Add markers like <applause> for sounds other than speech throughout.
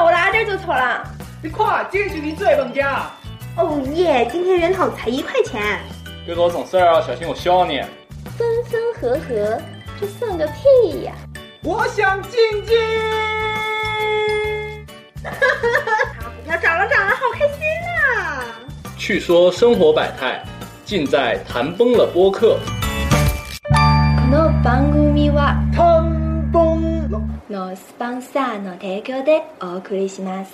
球啦！你快，这是你最本家。哦耶！今天人头才一块钱。别给我整事儿啊，小心我削你！分分合合，这算个屁呀、我想静静。好，股票涨了涨了，好开心啊呐、去说生活百态，尽在谈崩了播客。この番組は谈崩了。のスポンサーの提供でお送りします。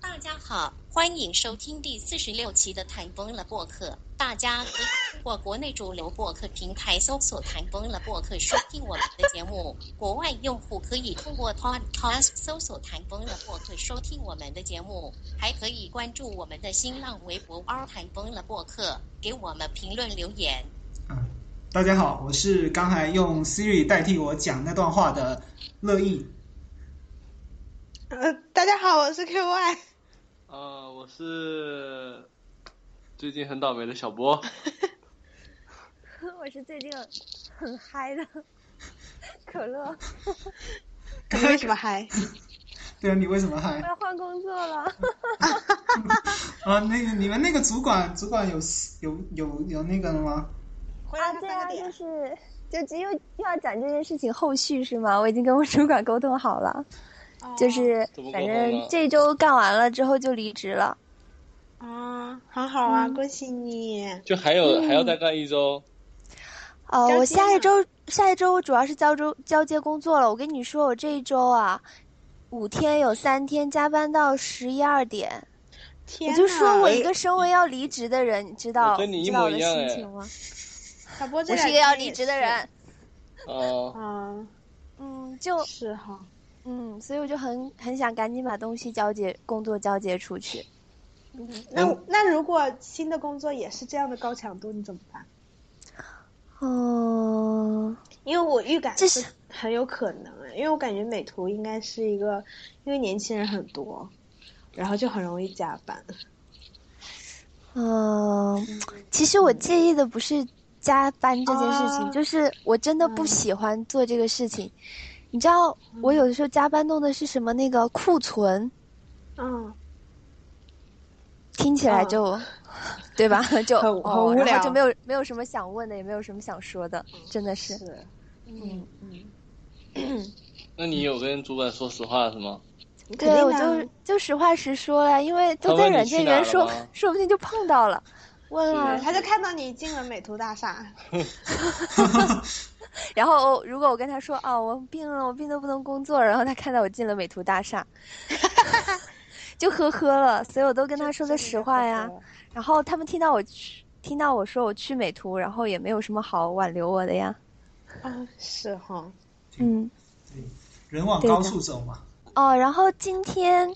大家好，欢迎收听第四十六期的《谈崩了播客》。大家可以通过国内主流播客平台搜索“谈崩了播客”收听我们的节目，国外用户可以通过 Podcast 搜索“谈崩了播客”收听我们的节目，还可以关注我们的新浪微博 “R 谈崩了播客”，给我们评论留言。嗯大家好，我是刚才用 Siri 代替我讲那段话的乐意。呃，大家好，我是 QY。呃，我是最近很倒霉的小波，我是最近很嗨的可乐，你为什么嗨？对啊，你为什么嗨？要换工作了。啊，那个你们那个主管主管有有有有那个了吗？回来啊，看对三啊，个就点。是就只有又要讲这件事情后续是吗？我已经跟我主管沟通好了，就是啊怎么反沟通正了这周干完了之后就离职了。啊，很好嗯啊，恭喜你。就还有、嗯还要再干一周，哦，交我接下一呢周下一周我主要是交周交接工作了。我跟你说，我这一周啊，五天有三天加班到十一二点。我天就说我哪哎一个身为要离职的人，你知道我跟你知一道模我一的样心哎情吗？小波这我是两一个要天离也职的是人。啊、啊，嗯，就是哈。嗯，所以我就很很想赶紧把东西交接工作交接出去。那嗯那如果新的工作也是这样的高强度，你怎么办？嗯，因为我预感这是是很有可能啊，因为我感觉美图应该是一个，因为年轻人很多，然后就很容易加班。嗯，其实我介意的不是加班这件事情，啊就是我真的不嗯喜欢做这个事情。你知道，我有的时候加班弄的是什么那个库存，嗯，听起来啊就， <laughs> 对吧？ <laughs> 就很很哦，无然聊后就没有没有什么想问的，也没有什么想说的，真的是。是。嗯，那你有跟主管说实话是吗？肯对，定我的啊就就实话实说了，因为都他在问你软去件哪园，了说吗说不定就碰到了，问啊嗯他就看到你进了美图大厦，然后如果我跟他说哦，我病了，我病得不能工作，然后他看到我进了美图大厦，就呵呵了，所以我都跟他说的实话呀。然后他们听到我去，听到我说我去美图，然后也没有什么好挽留我的呀。啊，是哈，嗯，人往对的高处走嘛。哦，然后今天，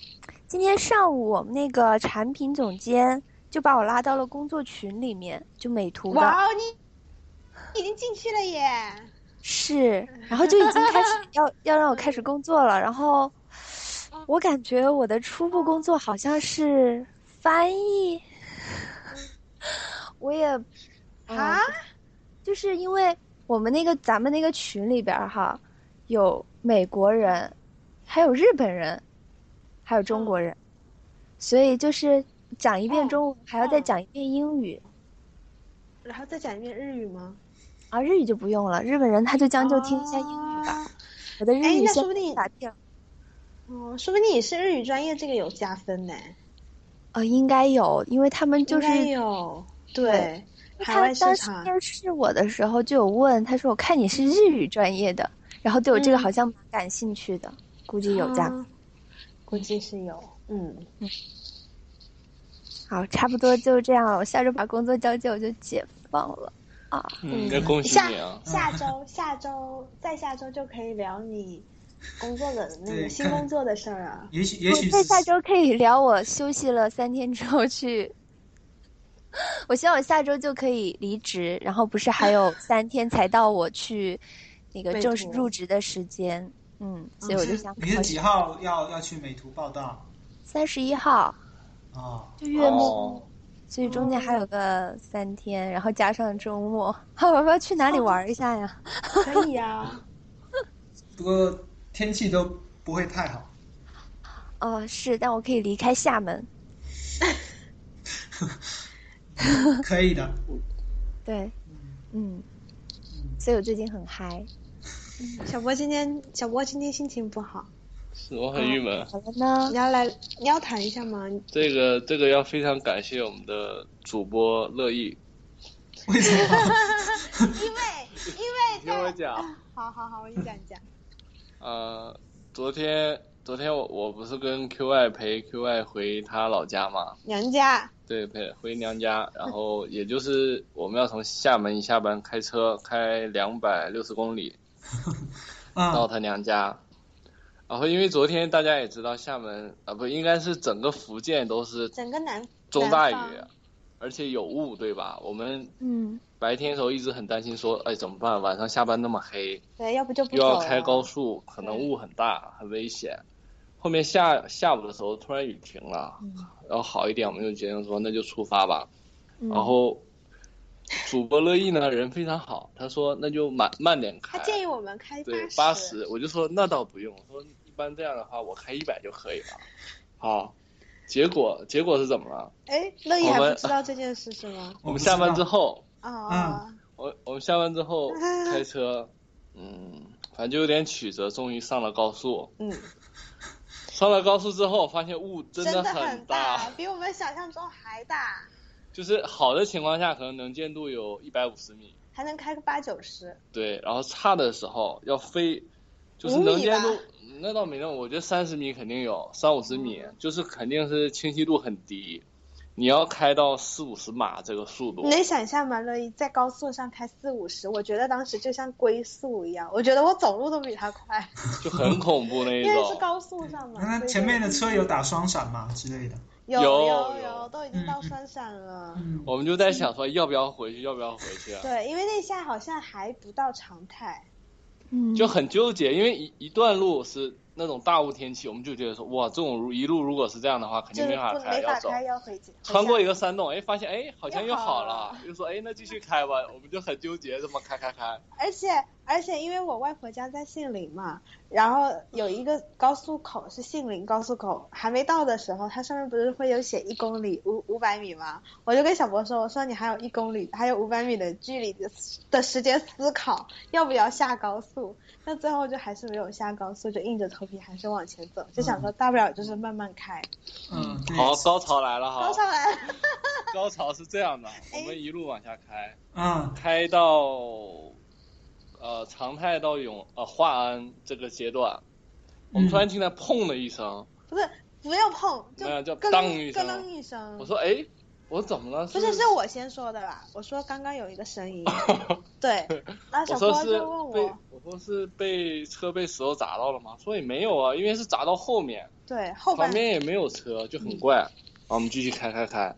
今天上午我们那个产品总监就把我拉到了工作群里面，就美图的。哇哦，你已经进去了耶！ <laughs> 是，然后就已经开始要要让我开始工作了。然后嗯我感觉我的初步工作好像是翻译，我也嗯嗯啊，就是因为我们那个咱们那个群里边儿哈，有美国人，还有日本人，还有中国人，所以就是讲一遍嗯哦中文，还要再哦讲一遍英语。然后再讲一遍日语吗？啊，日语就不用了，日本人他就将就听一下英语吧。啊。我的日哎语那先说不定打遍了哦，说不定你是日语专业，这个有加分呢。呃，应该有，因为他们就是应该有对海他外市当时场，面试我的时候就有问，他说我看你是日语专业的，然后对我这个嗯好像蛮感兴趣的，估计有加。啊，估计是有。嗯，好，差不多就这样了，我下周把工作交接，我就解放了。嗯，那恭喜下你啊！下周下周再下周就可以聊你工作的那个对新看工作的事儿啊。也许也我许在是下周可以聊我休息了三天之后去。我希望我下周就可以离职，然后不是还有三天才到我去那个美正式国入职的时间，嗯，所以我就想你哦是几号要要去美图报道三十一号啊？就月末。哦所以中间还有个三天，然后加上周末， <laughs> 啊，我要不要去哪里玩一下呀？可以啊， <laughs> 不过天气都不会太好。哦，是，但我可以离开厦门。可以的。对，嗯，所以我最近很嗨。小波今天小波今天心情不好，是我很郁闷。怎么了你呢？要来你要谈一下吗？啊这个这个要非常感谢我们的主播乐意，为什么？因为因为听我在讲。好好好，我跟你讲你讲。呃，昨天昨天我我不是跟 QY 陪 QY 回他老家嘛，娘家对，陪回娘家，然后也就是我们要从厦门一下班开车开两百六十公里到啊，他娘家，然后因为昨天大家也知道厦门啊不应该是整个福建都是整个南中大雨南方，而且有雾对吧？我们嗯，白天的时候一直很担心说，哎怎么办？晚上下班那么黑，对，要不就不又要走开了高速，可能雾很大，很危险。后面下下午的时候突然雨停了，然后好一点，我们就决定说那就出发吧。然后主播乐意呢 <laughs> 人非常好，他说那就慢慢点他开，建议我们开哎对八八，十，我就说那倒不用，我说一般这样的话我开一百就可以了。好，结果结果是怎么了？哎，乐意我还们不知道这件事是吗？我们下班之后，后，啊，我我们下班之后开车，嗯，反正就有点曲折，终于上了高速。嗯，上了高速之后，发现雾真的很大，比我们想象中还大，就是好的情况下可能能见度有一百五十米，还能开个八九十，对，然后差的时候要飞，就是5米能见度吧那倒没那么，我觉得三十米肯定有，三五十米、嗯就是肯定是清晰度很低，你要开到四五十码这个速度你，能想象吗？乐意在高速上开四五十，我觉得当时就像龟速一样，我觉得我走路都比他快，就很恐怖 <laughs> 那一因为是种。高速上嘛。那所以前面就的车有打双闪嘛之类的。有有有有都已经到嗯嗯双闪了。嗯，我们就在想说要不要回去，要不要回去啊？对，因为那下好像还不到常态，嗯，就很纠结，因为一一段路是那种大雾天气，我们就觉得说，哇，这种如一路如果是这样的话，肯就定是没法不没要法走。开，要回家。穿过一个，个山洞，哎，发现哎好像又又好好了了，又说哎那继续开 <laughs> 吧，我们就很纠结，这么开开开，而且而且因为我外婆家在杏林嘛，然后有一个高速口是杏林高速口，还没到的时候，它上面不是会有写一公里五五百米吗？我就跟小博说，我说你还有一公里，还有五百米的距离的的时间思考要不要下高速。那最后就还是没有下高速，就硬着头皮还是往前走，就嗯想说大不了就是慢慢开。嗯，对好，高潮来了高哎哈，上来了， <laughs> 高潮是这样的，我们一路往下开，啊，开到呃长泰到永呃华安这个阶段，嗯我们突然听到砰的一声，不是不用碰，就没有就咯当楞一咯声楞一声。我说哎我怎么了？嗯不是，是我先说的啦。我说刚刚有一个声 <laughs> 音，对，然我后小说波是就问被我，我说是被车被石头砸到了吗？说也没有啊，因为是砸到后面，对，后旁半嗯边也没有车，就很怪。然后我们继续开开开，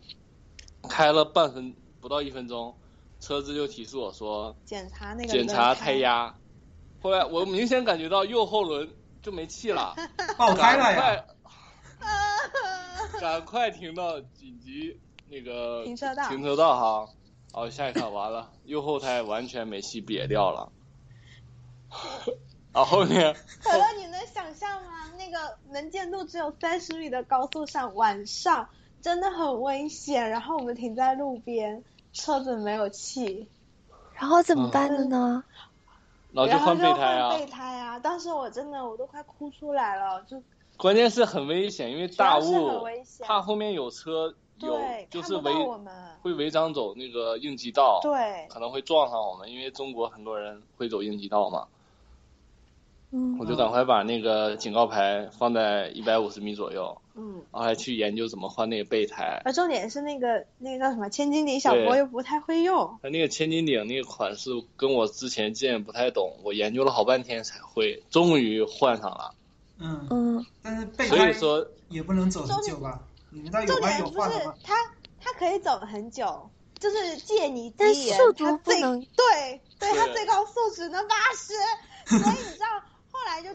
开了半分不到一分钟，车子就提示我说检查那个检查轮胎压。后来我明显感觉到右后轮就没气 <laughs> 了，爆开赶了呀！快 <laughs> 赶快停到紧急那个停车道 <laughs> 停车道哈。哦，下一看完了，右后胎完全没气，瘪掉了。 <laughs> 啊，后面可乐，你能想象吗？那个能见度只有三十米的高速上，晚上真的很危险。然后我们停在路边，车子没有气，然后怎么办的呢？然后就然后换就备胎啊换，备胎啊！当时我真的我都快哭出来了，就关键是很危险，因为大主要是很雾危，险怕后面有车有对，就看是不违到我们，会违章走那个应急道，对，可能会撞上我们，因为中国很多人会走应急道嘛。嗯我就赶快把那个警告牌放在一百五十米左右，嗯。然后还去研究怎么换那个备胎。而重点是那个那个叫什么千斤顶小对波又不太会用，它那个千斤顶那个款式跟我之前见不太懂，我研究了好半天才会，终于换上了。嗯，嗯，但是备所以胎说，也不能走很久吧？你们那有重弯点有不画是的吗？它它可以走很久，就是借你但吉言速度它不最能对对，它对最高速只能八 <laughs> 十，所以你知道后来就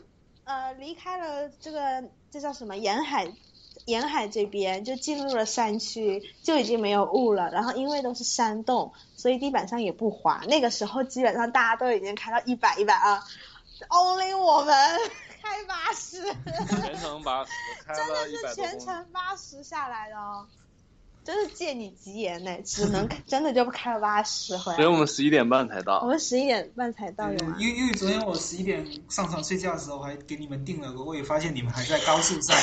呃离开了这个这叫什么沿海。沿海这边就进入了山区，就已经没有雾了。然后因为都是山洞，所以地板上也不滑。那个时候基本上大家都已经开到一百、一百二，only 我们开 <laughs> 开八十，全程把我开真了的一是百多全公里，程八十下来的哦，真是借你吉言呢，只 <laughs> 能真的就开了八十回所以我来。们十一点半才我到。们十一点半才到永嗯安，因为因为昨天我十一点上床睡觉的时候，我还给你们定了个位，发现你们还在高速 <laughs> 上。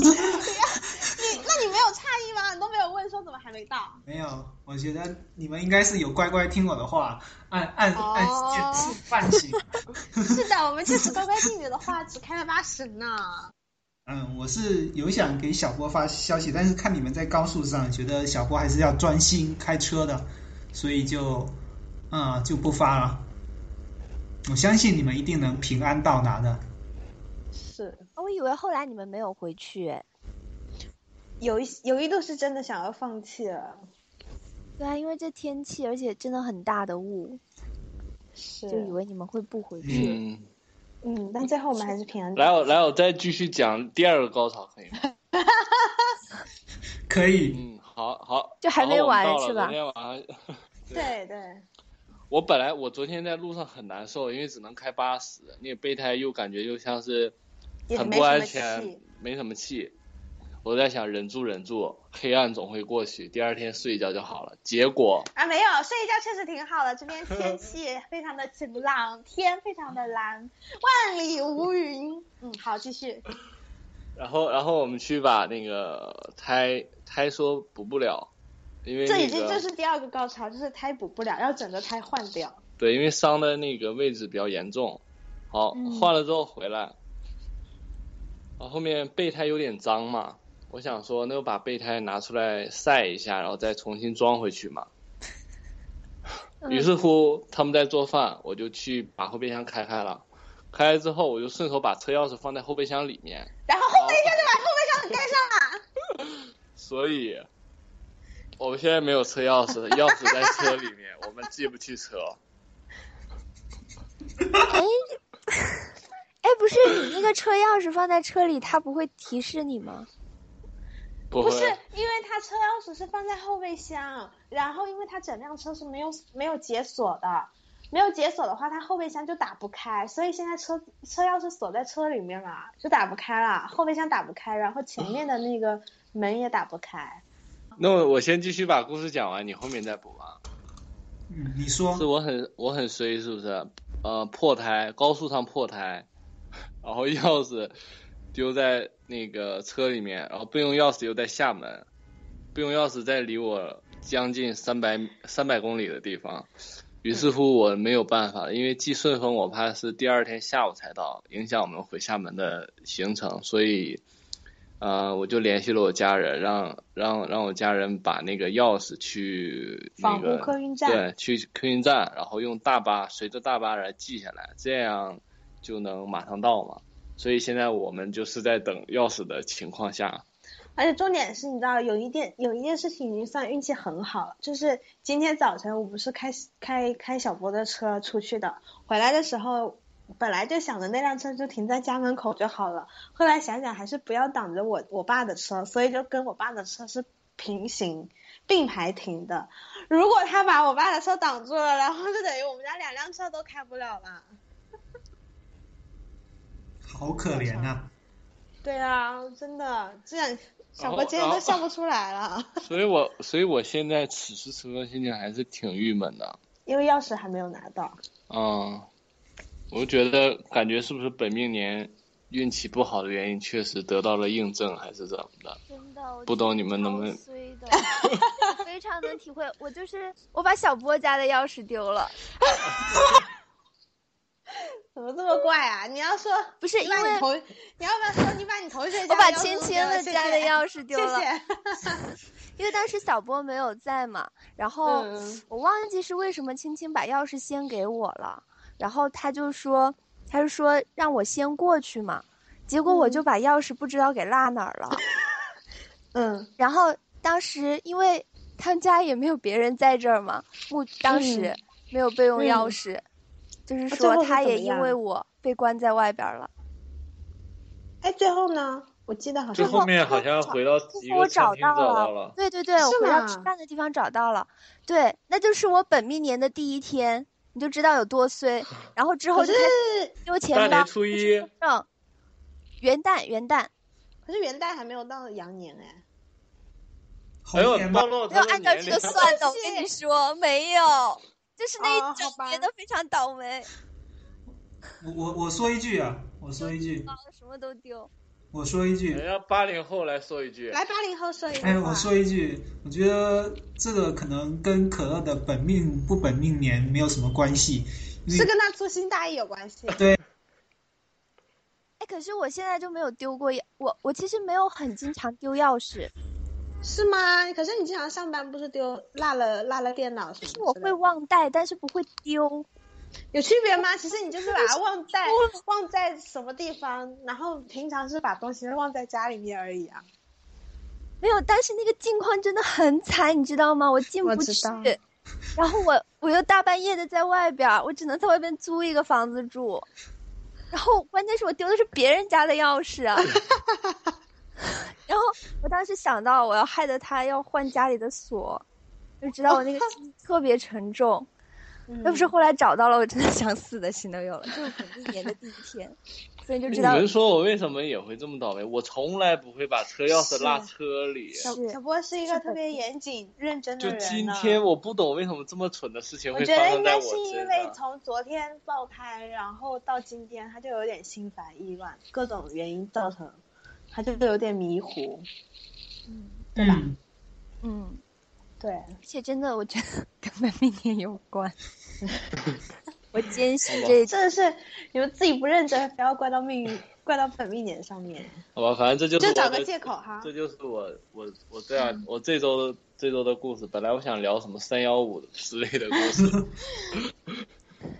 你那你没有诧异吗？你都没有问说怎么还没到？ <laughs> 没有，我觉得你们应该是有乖乖听我的话，按按哦按键数办行。是的，我们确实乖乖听你的话，只开了八十呢。嗯，我是有想给小波发消息，但是看你们在高速上，觉得小波还是要专心开车的，所以就啊、就不发了。我相信你们一定能平安到达的。是，哦我以为后来你们没有回去，哎有一有一度是真的想要放弃了，对啊，因为这天气，而且真的很大的雾，是，就以为你们会不回去。嗯，嗯，但最后我们还是平安。来我来我再继续讲第二个高潮可以 <laughs> 吗？可以，嗯，好好，就还没完然后我们到了是吧昨天晚上，对对，我本来我昨天在路上很难受，因为只能开八十，那个备胎又感觉又像是也很没不什安么全气，，没什么气。我在想忍住忍住，黑暗总会过去，第二天睡一觉就好了。结果啊，没有，睡一觉确实挺好的。这边天气非常的晴朗，天非常的蓝，万里无云。嗯，好，继续。然后，然后我们去把那个胎胎说补不了，因为、那这个、已经就是第二个高潮，就是胎补不了，要整个胎换掉。对，因为伤的那个位置比较严重。好，嗯换了之后回来，啊然后后面备胎有点脏嘛，我想说那就把备胎拿出来晒一下，然后再重新装回去嘛。 <laughs> 于是乎，他们在做饭，我就去把后备箱开开了。开开之后，我就顺手把车钥匙放在后备箱里面，然后后备箱就把后备箱给盖上了。啊所以，我们现在没有车钥匙，钥匙在车里面，我们进不去车。 <laughs> 哎，不是你那个车钥匙放在车里，它不会提示你吗？不会，不是，因为他车钥匙是放在后备箱，然后因为他整辆车是没有没有解锁的，没有解锁的话，他后备箱就打不开，所以现在车车钥匙锁在车里面嘛，就打不开了，后备箱打不开，然后前面的那个门也打不开。那我我先继续把故事讲完，你后面再补啊吧。嗯，你说是我很我很衰，是不是？呃，破胎，高速上破胎，然后钥匙丢在那个车里面，然后备用钥匙又在厦门，备用钥匙在离我将近三百三百公里的地方。嗯于是乎，我没有办法，因为寄顺丰，我怕是第二天下午才到，影响我们回厦门的行程，所以，呃，我就联系了我家人，让让让我家人把那个钥匙去那访个问客运站对，去客运站，然后用大巴随着大巴来寄下来，这样就能马上到嘛。所以现在我们就是在等钥匙的情况下，而且重点是，你知道有一件有一件事情已经算运气很好了，就是今天早晨我不是开开开小博的车出去的，回来的时候本来就想着那辆车就停在家门口就好了，后来想想还是不要挡着我我爸的车，所以就跟我爸的车是平行并排停的。如果他把我爸的车挡住了，然后就等于我们家两辆车都开不了了。好可怜啊！对啊，真的，这样小博然后今天然都后笑不出来了，所以我所以我现在此时此刻心情还是挺郁闷的。 <laughs> 因为钥匙还没有拿到。嗯，我觉得感觉是不是本命年运气不好的原因，确实得到了印证，还是怎么的？真的，我不懂你们能不能超衰的，非常能体会。我就是我把小波家的钥匙丢了，怎么这么怪啊？你要说不是你因把你为同，你要不要说你把你同学我家把的钥匙都芊芊给我的谢家的谢钥匙丢了，谢谢。因为当时小波没有在嘛，然后嗯，我忘记是为什么青青把钥匙先给我了，然后他就说，他就说让我先过去嘛，结果我就把钥匙不知道给落哪儿了，嗯，然后当时因为他们家也没有别人在这儿嘛，目当时没有备用钥匙，就是那嗯啊最后说是他怎也么因样为我被关在外边儿了。哎，最后呢？我记得好就像后面好像回到一我个餐找厅找到到了，对对对，我是回到吗吃饭的地方找到了，对，那就是我本命年的第 <laughs> 一天，你就知道有多衰。然后之后可就是开始丢钱大包年、初一证，元旦元旦可是元旦还没有到羊年哎，猴哎呦，年吧暴，露没他有的按照年这龄个了。 <laughs> 算的，我跟你说没有，就是那哦一整好吧年都非常倒霉，我我我说一句啊，我说一哎句，什么都丢。我说一句，人家哎八零后来说一句，来八零后说一句话。哎，我说一句，我觉得这个可能跟可乐的本命不本命年没有什么关系，因是为跟他粗心大意有关系。对哎，可是我现在就没有丢过钥，我我其实没有很经常丢钥 <laughs> 匙，是吗？可是你经常上班不是丢落了落了电脑什么之是类的？我会忘带，但是不会丢。有区别吗？其实你就是把它忘在忘在什么地方，然后平常是把东西忘在家里面而已啊。没有，但是那个镜框真的很惨，你知 <laughs> 道吗？我进我不知去道， <laughs> 然后我我又大半夜的在外边儿，我只能在外边租一个房子住，然后关键是我丢的是别人家的钥匙啊。 <laughs> 然后我当时想到我要害得他要换家里的锁，就知道我那个心特别沉重。嗯要不是后来找到了，我真的想死的心都有了。就是本命年的第一天，所以就你知道们说我为什么也会这么倒霉？我从来不会把车钥匙落车里。小是啊小波是一个特别严谨认真的就人呢。今天，我不懂为什么这么蠢的事情我会觉发得生应在该我是因身为上。从昨天爆开，然后到今天他就有点心烦意乱，各种原因造成，他就有点迷糊。嗯，嗯，对，而且真的我觉得跟本命年有 <laughs> 关。我坚信好吧这一真的是你们自己不认真，不要怪到命运，怪到本命年上面，好吧，反正这就是就我找的个借口哈这。就是我我我这嗯样、我这周的这周的故事。本来我想聊什么三幺五之类的故 <laughs> 事，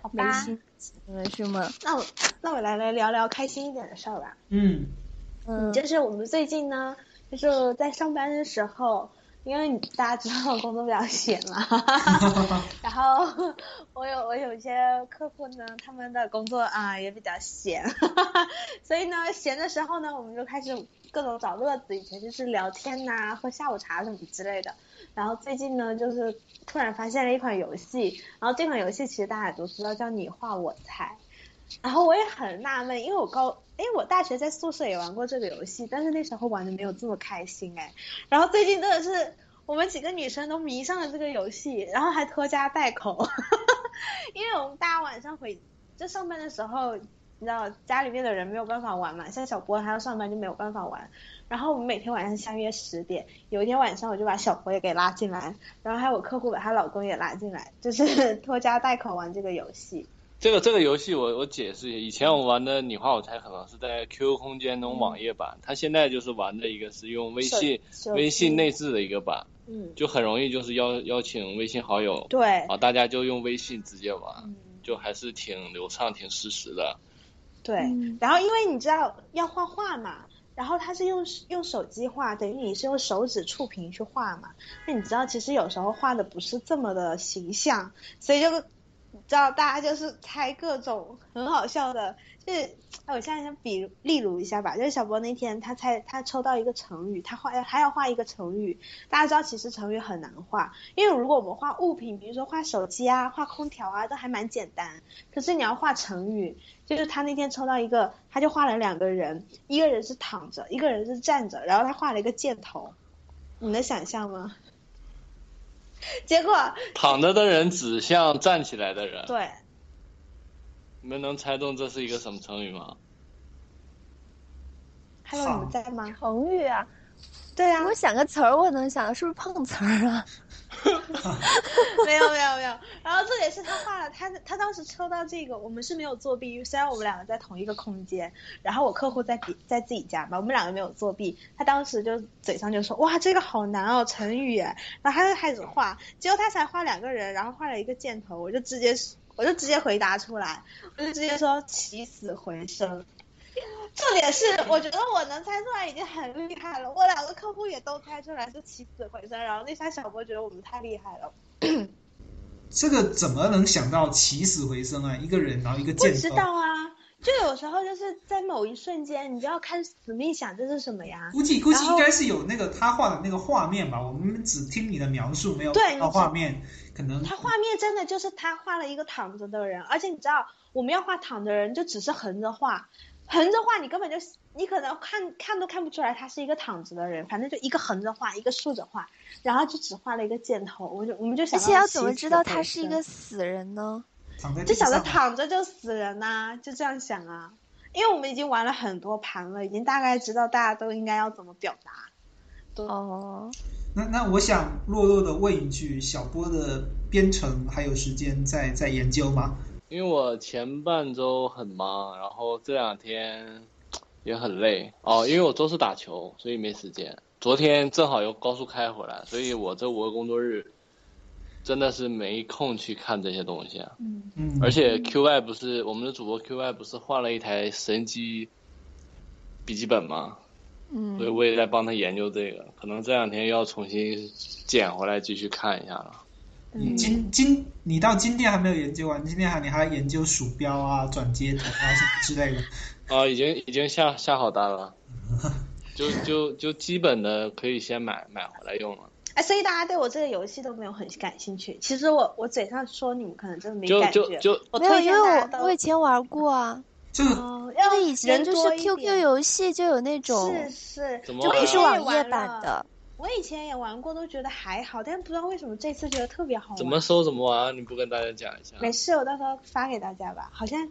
好没吧，心，你们是吗？那我那我来来聊聊开心一点的事儿吧。嗯，嗯，就是我们最近呢，就是在上班的时候，因为你大家知道我工作比较闲嘛， <laughs> 然后我有我有一些客户呢，他们的工作啊、也比较闲， <laughs> 所以呢，闲的时候呢，我们就开始各种找乐子，以前就是聊天呐、喝下午茶什么之类的。然后最近呢，就是突然发现了一款游戏，然后这款游戏其实大家也都知道，叫你画我猜。然后我也很纳闷，因为我高，哎，我大学在宿舍也玩过这个游戏，但是那时候玩的没有这么开心哎。然后最近真的是我们几个女生都迷上了这个游戏，然后还拖家带口， <laughs> 因为我们大家晚上回就上班的时候，你知道家里面的人没有办法玩嘛，像小波他要上班就没有办法玩。然后我们每天晚上相约十点，有一天晚上我就把小波也给拉进来，然后还有我客户把她老公也拉进来，就是 <laughs> 拖家带口玩这个游戏。这个这个游戏我我解释一下，以前我玩的你画我猜可能是在 QQ 空间那种网页版，它现在就是玩的一个是用微信嗯手手微机信内置的一个版，嗯，就很容易就是邀邀请微信好友，对，啊，大家就用微信直接玩，嗯。就还是挺流畅、挺实时的。对，嗯然后因为你知道要画画嘛，然后他是用用手机画，等于你是用手指触屏去画嘛。那你知道其实有时候画的不是这么的形象，所以就你知道大家就是猜各种很好笑的，就是哎，我现在想比如例如一下吧，就是小博那天他猜他抽到一个成语，他画他要画一个成语，大家知道其实成语很难画，因为如果我们画物品，比如说画手机啊、画空调啊，都还蛮简单，可是你要画成语。就是他那天抽到一个，他就画了两个人，一个人是躺着，一个人是站着，然后他画了一个箭头，你能想象吗？ <laughs> 结果躺着的人指向站起来的人，对，你们能猜中这是一个什么成语吗？ Hello，你们在吗？成语啊，对啊，我想个词儿，我能想到是不是碰瓷儿啊？ <laughs> 没有没有没有。然后重点是他画了，他他当时抽到这个，我们是没有作弊，虽然我们两个在同一个空间，然后我客户在比在自己家嘛，我们两个没有作弊。他当时就嘴上就说：“哇，这个好难哦，成语耶。”然后他就开始画，结果他才画两个人，然后画了一个箭头，我就直接我就直接回答出来，我就直接说起死回生。重点是，我觉得我能猜出来已经很厉害了。我两个客户也都猜出来是起死回生，然后那下小波觉得我们太厉害了。这个怎么能想到起死回生啊？一个人，然后一个我箭知头，道啊，就有时候就是在某一瞬间，你就要开始死命想这是什么呀？估计估计然应后该是有那个他画的那个画面吧，我们只听你的描述，没有对看你到只画面，可能他画面真的就是他画了一个躺着的人，而且你知道我们要画躺着的人就只是横着画，横着画你根本就你可能看看都看不出来他是一个躺着的人，反正就一个横着画，一个竖着画，然后就只画了一个箭头，我就我们就而想到且要了怎么起死知道回他是一生个死人呢？躺在就地想着上，躺着就死人呐、就这样想啊。因为我们已经玩了很多盘了，已经大概知道大家都应该要怎么表达。哦，那那我想弱弱的问一句，小波的编程还有时间在在研究吗？因为我前半周很忙，然后这两天也很累哦，因为我周四打球，所以没时间。昨天正好又高速开回来，所以我这五个工作日真的是没空去看这些东西啊。嗯，而且 QY 不是我们的主播 QY 不是换了一台神机笔记本吗？所以嗯，我也在帮他研究这个，可能这两天又要重新捡回来继续看一下了。你今今你到今天还没有研究完，今天还你还研究鼠标啊、转接头啊什么之类的。啊，已经已经下下好单了，就就就基本的可以先买买回来用了。哎，所以大家对我这个游戏都没有很感兴趣。其实我我嘴上说你们可能真的没就感就觉。就我没有，推因荐为大家我都我以前玩过啊，这个哦，要我以前人就多是一 QQ 点游戏就有那种，是是，怎么就玩不啊是网页版的。我以前也玩过，都觉得还好，但不知道为什么这次觉得特别好玩。怎么搜怎么玩，你不跟大家讲一下？没事，我到时候发给大家吧。好像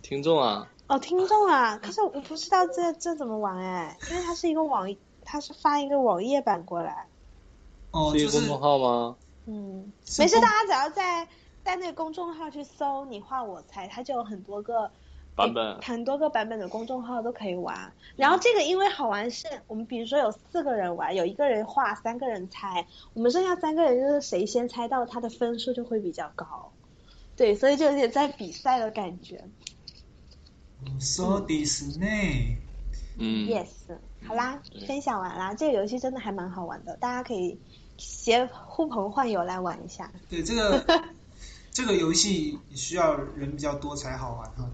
听众啊，哦，听众啊，可是我不知道这这怎么玩哎，因为它是一个网，它是发一个网页版过来。哦，是一个就是公众号吗？嗯，是没事，公大家只要在在那个公众号去搜“你画我猜”，它就有很多个版本很多个版本的公众号都可以玩。然后这个因为好玩是，我们比如说有四个人玩，有一个人画，三个人猜，我们剩下三个人就是谁先猜到，他的分数就会比较高。对，所以就有点在比赛的感觉。 So this 呢？嗯 Yes，好啦，对分享完啦，这个游戏真的还蛮好玩的，大家可以携呼朋唤友来玩一下。对，这个这个游戏你需要人比较多才好玩哈。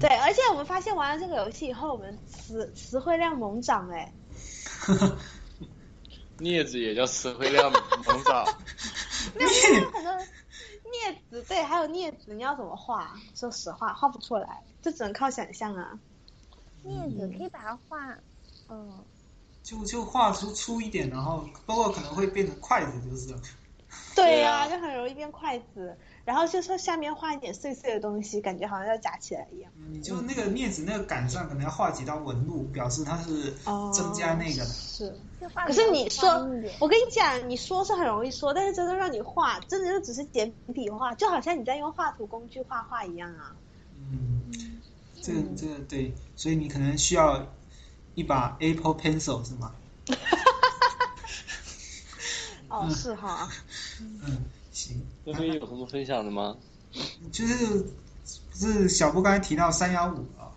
对，而且我们发现玩了这个游戏以后，我们词词汇量猛涨哎， <laughs> 镊子也叫词汇量猛涨，没有因为很多镊子，对，还有镊子，你要怎么画？说实话，画不出来，就只能靠想象啊。镊子可以把它画，嗯，就就画出粗一点，然后包括可能会变成筷子，就是了对对呀、啊就很容易变筷子，然后就说下面画一点碎碎的东西，感觉好像要夹起来一样。你就那个镊子那个杆上可能要画几道纹路，表示它是哦增加那个的。是，就画可得是比你较说宽一点，我跟你讲，你说是很容易说，但是真的让你画，真的就只是简笔画，就好像你在用画图工具画画一样啊。嗯，这个这个对，所以你可能需要一把 Apple Pencil 是吗？哦，是哈，嗯，行，那边有什么分享的吗？就是不是小波刚才提到三幺五啊？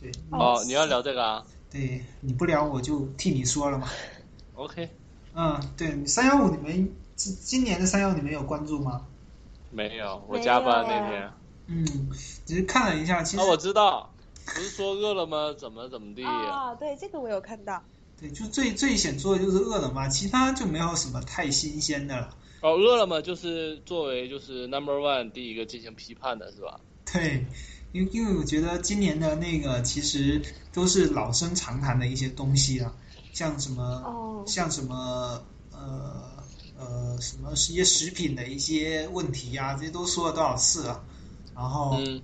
对哦，你要聊这个啊对，你不聊我就替你说了嘛。 ？OK，嗯，对，三幺五你们今今年的三幺你们有关注吗？没有，我加班没有那天。啊，嗯，只是看了一下，其实、我知道，不是说饿了么怎么怎么地，啊、对，这个我有看到，对，就最最显著的就是饿了么，其他就没有什么太新鲜的了。哦，饿了么就是作为就是 number one 第一个进行批判的是吧？对，因为因为我觉得今年的那个其实都是老生常谈的一些东西啊，像什么、哦像什么呃呃什么一些食品的一些问题啊，这些都说了多少次了、然后、嗯，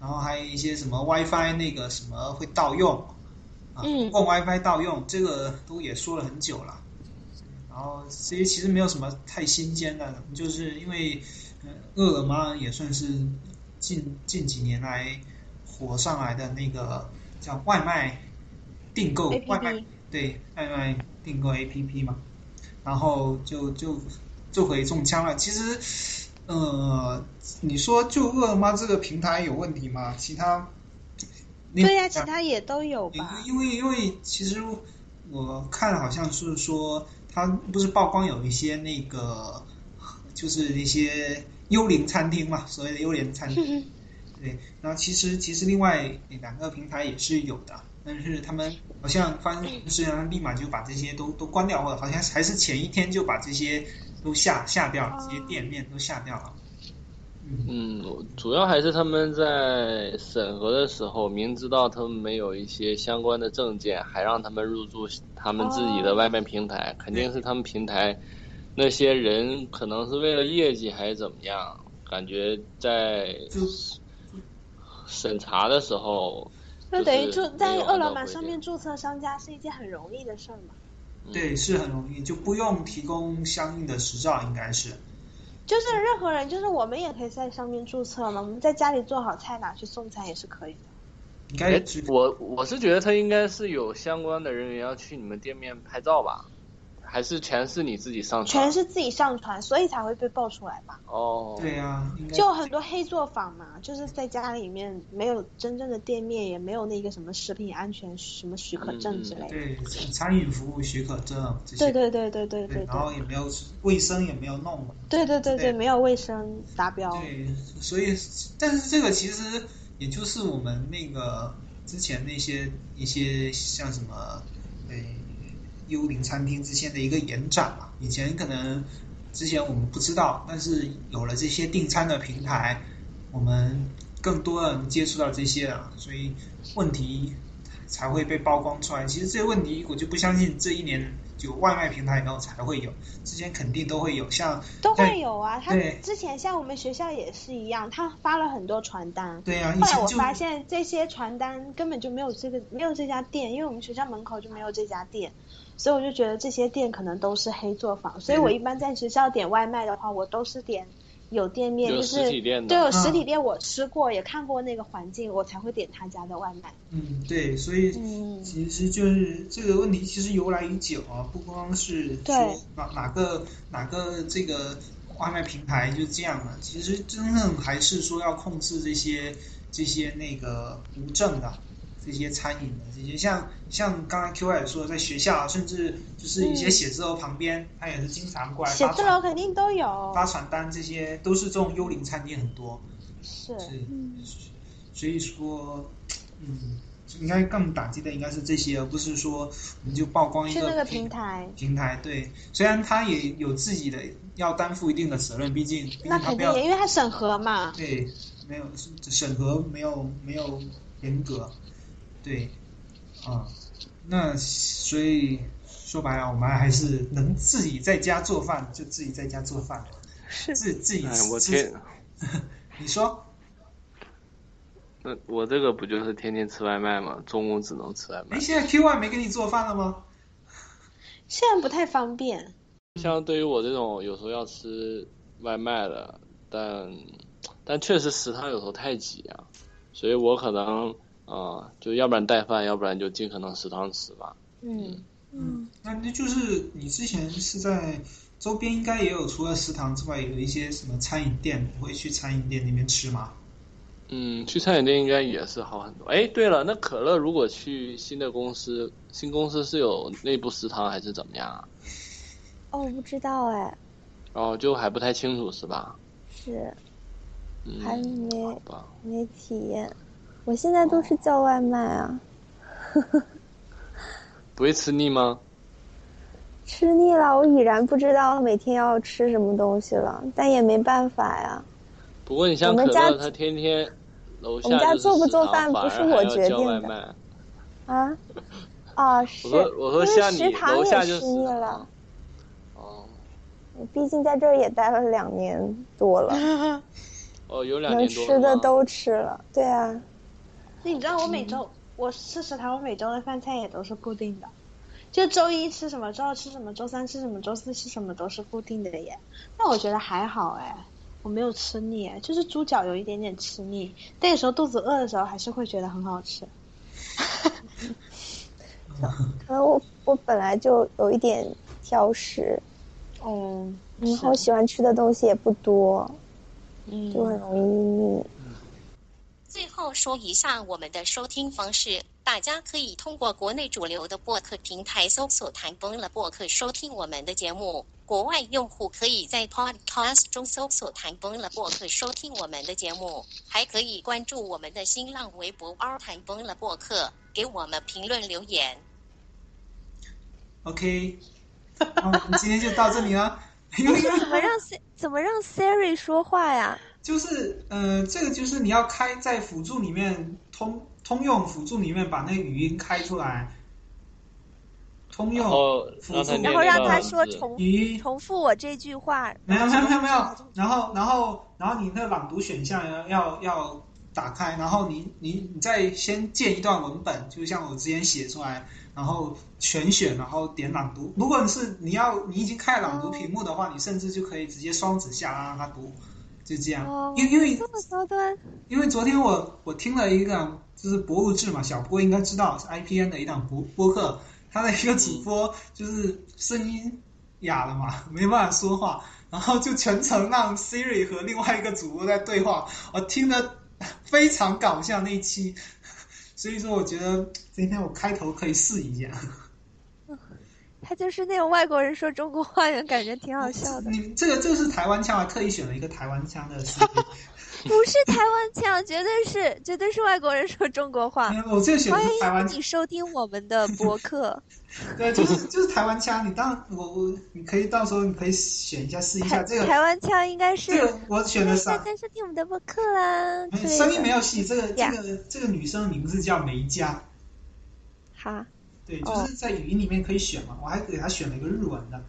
然后还有一些什么 WiFi 那个什么会盗用，啊，嗯用 WiFi 盗用这个都也说了很久了。然后这些其实没有什么太新鲜的，就是因为呃饿了么也算是近近几年来火上来的那个叫外卖订购 APP 外卖对外卖订购 APP 嘛，然后就就这回中枪了。其实，呃，你说就饿了么这个平台有问题吗？其他，那对呀、其他也都有吧。因为因为其实我看好像是说，他不是曝光有一些那个，就是那些幽灵餐厅嘛，所谓的幽灵餐厅。对，然后其实其实另外两个平台也是有的，但是他们好像发生事情，立马就把这些都都关掉，或者好像还是前一天就把这些都下下掉了，这些店面都下掉了。嗯，主要还是他们在审核的时候，明知道他们没有一些相关的证件，还让他们入驻他们自己的外卖平哎台，肯定是他们平台那些人可能是为了业绩还是怎么样，感觉在就审查的时候就等于是注没在有饿按了照么规上定面注册商家是一件很容易的事儿嘛。对，是很容易，就不用提供相应的执照，应该是。就是任何人，就是我们也可以在上面注册嘛，我们在家里做好菜拿去送餐也是可以的。应哎该只，我我是觉得他应该是有相关的人员要去你们店面拍照吧，还是全是你自己上传？全是自己上传，所以才会被爆出来吧。哦，对呀、应该就很多黑作坊嘛，就是在家里面没有真正的店面，也没有那个什么食品安全什么许可证之类的。对餐饮服务许可证这些，对对对对对对嗯然后也没有卫生也没有弄嘛，对对对对对，没有卫生达标。对，所以但是这个其实也就是我们那个之前那些一些像什么呃幽灵餐厅之间的一个延展嘛，以前可能之前我们不知道，但是有了这些订餐的平台，我们更多的人接触到这些了，所以问题才会被曝光出来。其实这些问题我就不相信这一年有外卖平台以后才会有，之前肯定都会有，像都会有啊。他对之前像我们学校也是一样，他发了很多传单。对呀、以后来前我就发现这些传单根本就没有这个没有这家店，因为我们学校门口就没有这家店，所以我就觉得这些店可能都是黑作坊。所以嗯我一般在学校点外卖的话，我都是点有店面，有就实体是店的对有嗯实体店，我吃过也看过那个环境，我才会点他家的外卖。嗯，对，所以嗯其实就是这个问题，其实由来已久啊，不光是对说哪哪个哪个这个外卖平台就这样了，其实真正还是说要控制这些这些那个无证的这些餐饮的这些，像像刚才 Q 也说，在学校啊甚至就是一些嗯写字楼旁边，他也是经常过来写发字楼传肯定都有，发传单，这些都是这种幽灵餐厅很多。是是，嗯所以说，嗯，应该更打击的应该是这些，而不是说我们就曝光一是个那个平台，平台。对，虽然他也有自己的要担负一定的责任，毕竟毕竟那他肯不定要也因为它审核嘛。对没有审核没有没有严格，对，啊、那所以说白了，我们还是能自己在家做饭就自己在家做饭，自自己哎，吃我天，你说。那我这个不就是天天吃外卖吗？中午只能吃外卖哎，。现在 Q Y 没给你做饭了吗？现在不太方便，像对于我这种有时候要吃外卖的，但但确实食堂有时候太挤啊，所以我可能啊、呃就要不然带饭，要不然就尽可能食堂吃吧。嗯，嗯，那那就是你之前是在周边应该也有，除了食堂之外，有一些什么餐饮店，你会去餐饮店那边吃吗？嗯，去餐饮店应该也是好很多。哎，对了，那可乐如果去新的公司，新公司是有内部食堂还是怎么样啊？哦，我不知道哎，哦，就还不太清楚是吧？是嗯，还好没吧。没体验。我现在都是叫外卖啊，不会吃腻吗？吃腻了，我已然不知道每天要吃什么东西了，但也没办法呀。不过你像我可们家乐，他天天楼我们下家就是做不食做堂反饭不而是还我要决叫定外的卖啊，啊是，我说我说因为像你食堂楼下也就吃腻食堂了，哦我毕竟在这儿也待了两年多了，哦，有两能年多吃的了吗都吃了。对啊，那你知道我每周、我吃食堂，我每周的饭菜也都是固定的，就周一吃什么，周二吃什么，周三吃什么，周四吃什么都是固定的耶。但我觉得还好哎，我没有吃腻哎，就是猪脚有一点点吃腻，但有时候肚子饿的时候还是会觉得很好吃。可能我我本来就有一点挑食，哦，然后喜欢吃的东西也不多，嗯，就很容易腻。最后说一下我们的收听方式，大家可以通过国内主流的播客平台搜索“谈崩了播客”收听我们的节目，国外用户可以在 Podcast 中搜索“谈崩了播客”收听我们的节目，还可以关注我们的新浪微博“ r 谈崩了播客”，给我们评论留言。 <laughs> OK，那我们今天就到这里了。因为怎么让 Siri- 怎么让 Siri 说话呀？就是呃，这个就是你要开在辅助里面通通用辅助里面把那个语音开出来，通然用后让他辅助念然后让那个他文说字重语音重复我这句话，没有没有没有没有，然后然后然后你那个朗读选项要要要打开，然后你你你再先建一段文本，就像我之前写出来，然后全选，然后点朗读。如果你是你要你已经开朗读屏幕的话，你甚至就可以直接双指下拉让它读，就这样。哦，因为因为这么高端，因为昨天我我听了一个就是博物志嘛，小波应该知道是 IPN 的一档播播客，他的一个主播就是声音哑了嘛，没办法说话，然后就全程让 Siri 和另外一个主播在对话，我听得非常搞笑那一期，所以说我觉得今天我开头可以试一下。他就是那种外国人说中国话的感觉，挺嗯好笑的。你们这个这个是台湾腔啊，特意选了一个台湾腔的声 <laughs> 音，不是台湾腔，绝对是绝对是外国人说中国话。嗯我这个选的欢是台湾迎腔。你收听我 <laughs> 们的博客， <laughs> 对，就是就是台湾腔，你当我我你可以到时候你可以选一下试一下台这个台湾腔应该是这个我选的大啥？嗯家收听我们的播客啦之类的。声音没有戏，这个这呀个这个女生的名字叫梅佳，好，对，哦就是在语音里面可以选嘛，我还给她选了一个日文的，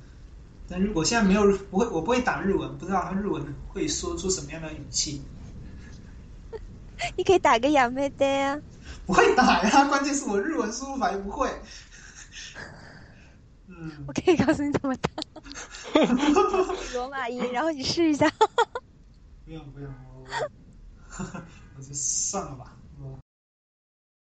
但如果现在没有日不会，我不会打日文，不知道她日文会说出什么样的语气，你可以打个亚妹的呀。不会打呀， <laughs> 关键是我日文输入法又不会， <laughs> 嗯 <laughs> 我，可以告诉你怎么打罗马音，然后你试一下。 <laughs> 不用不用，我我就算了吧，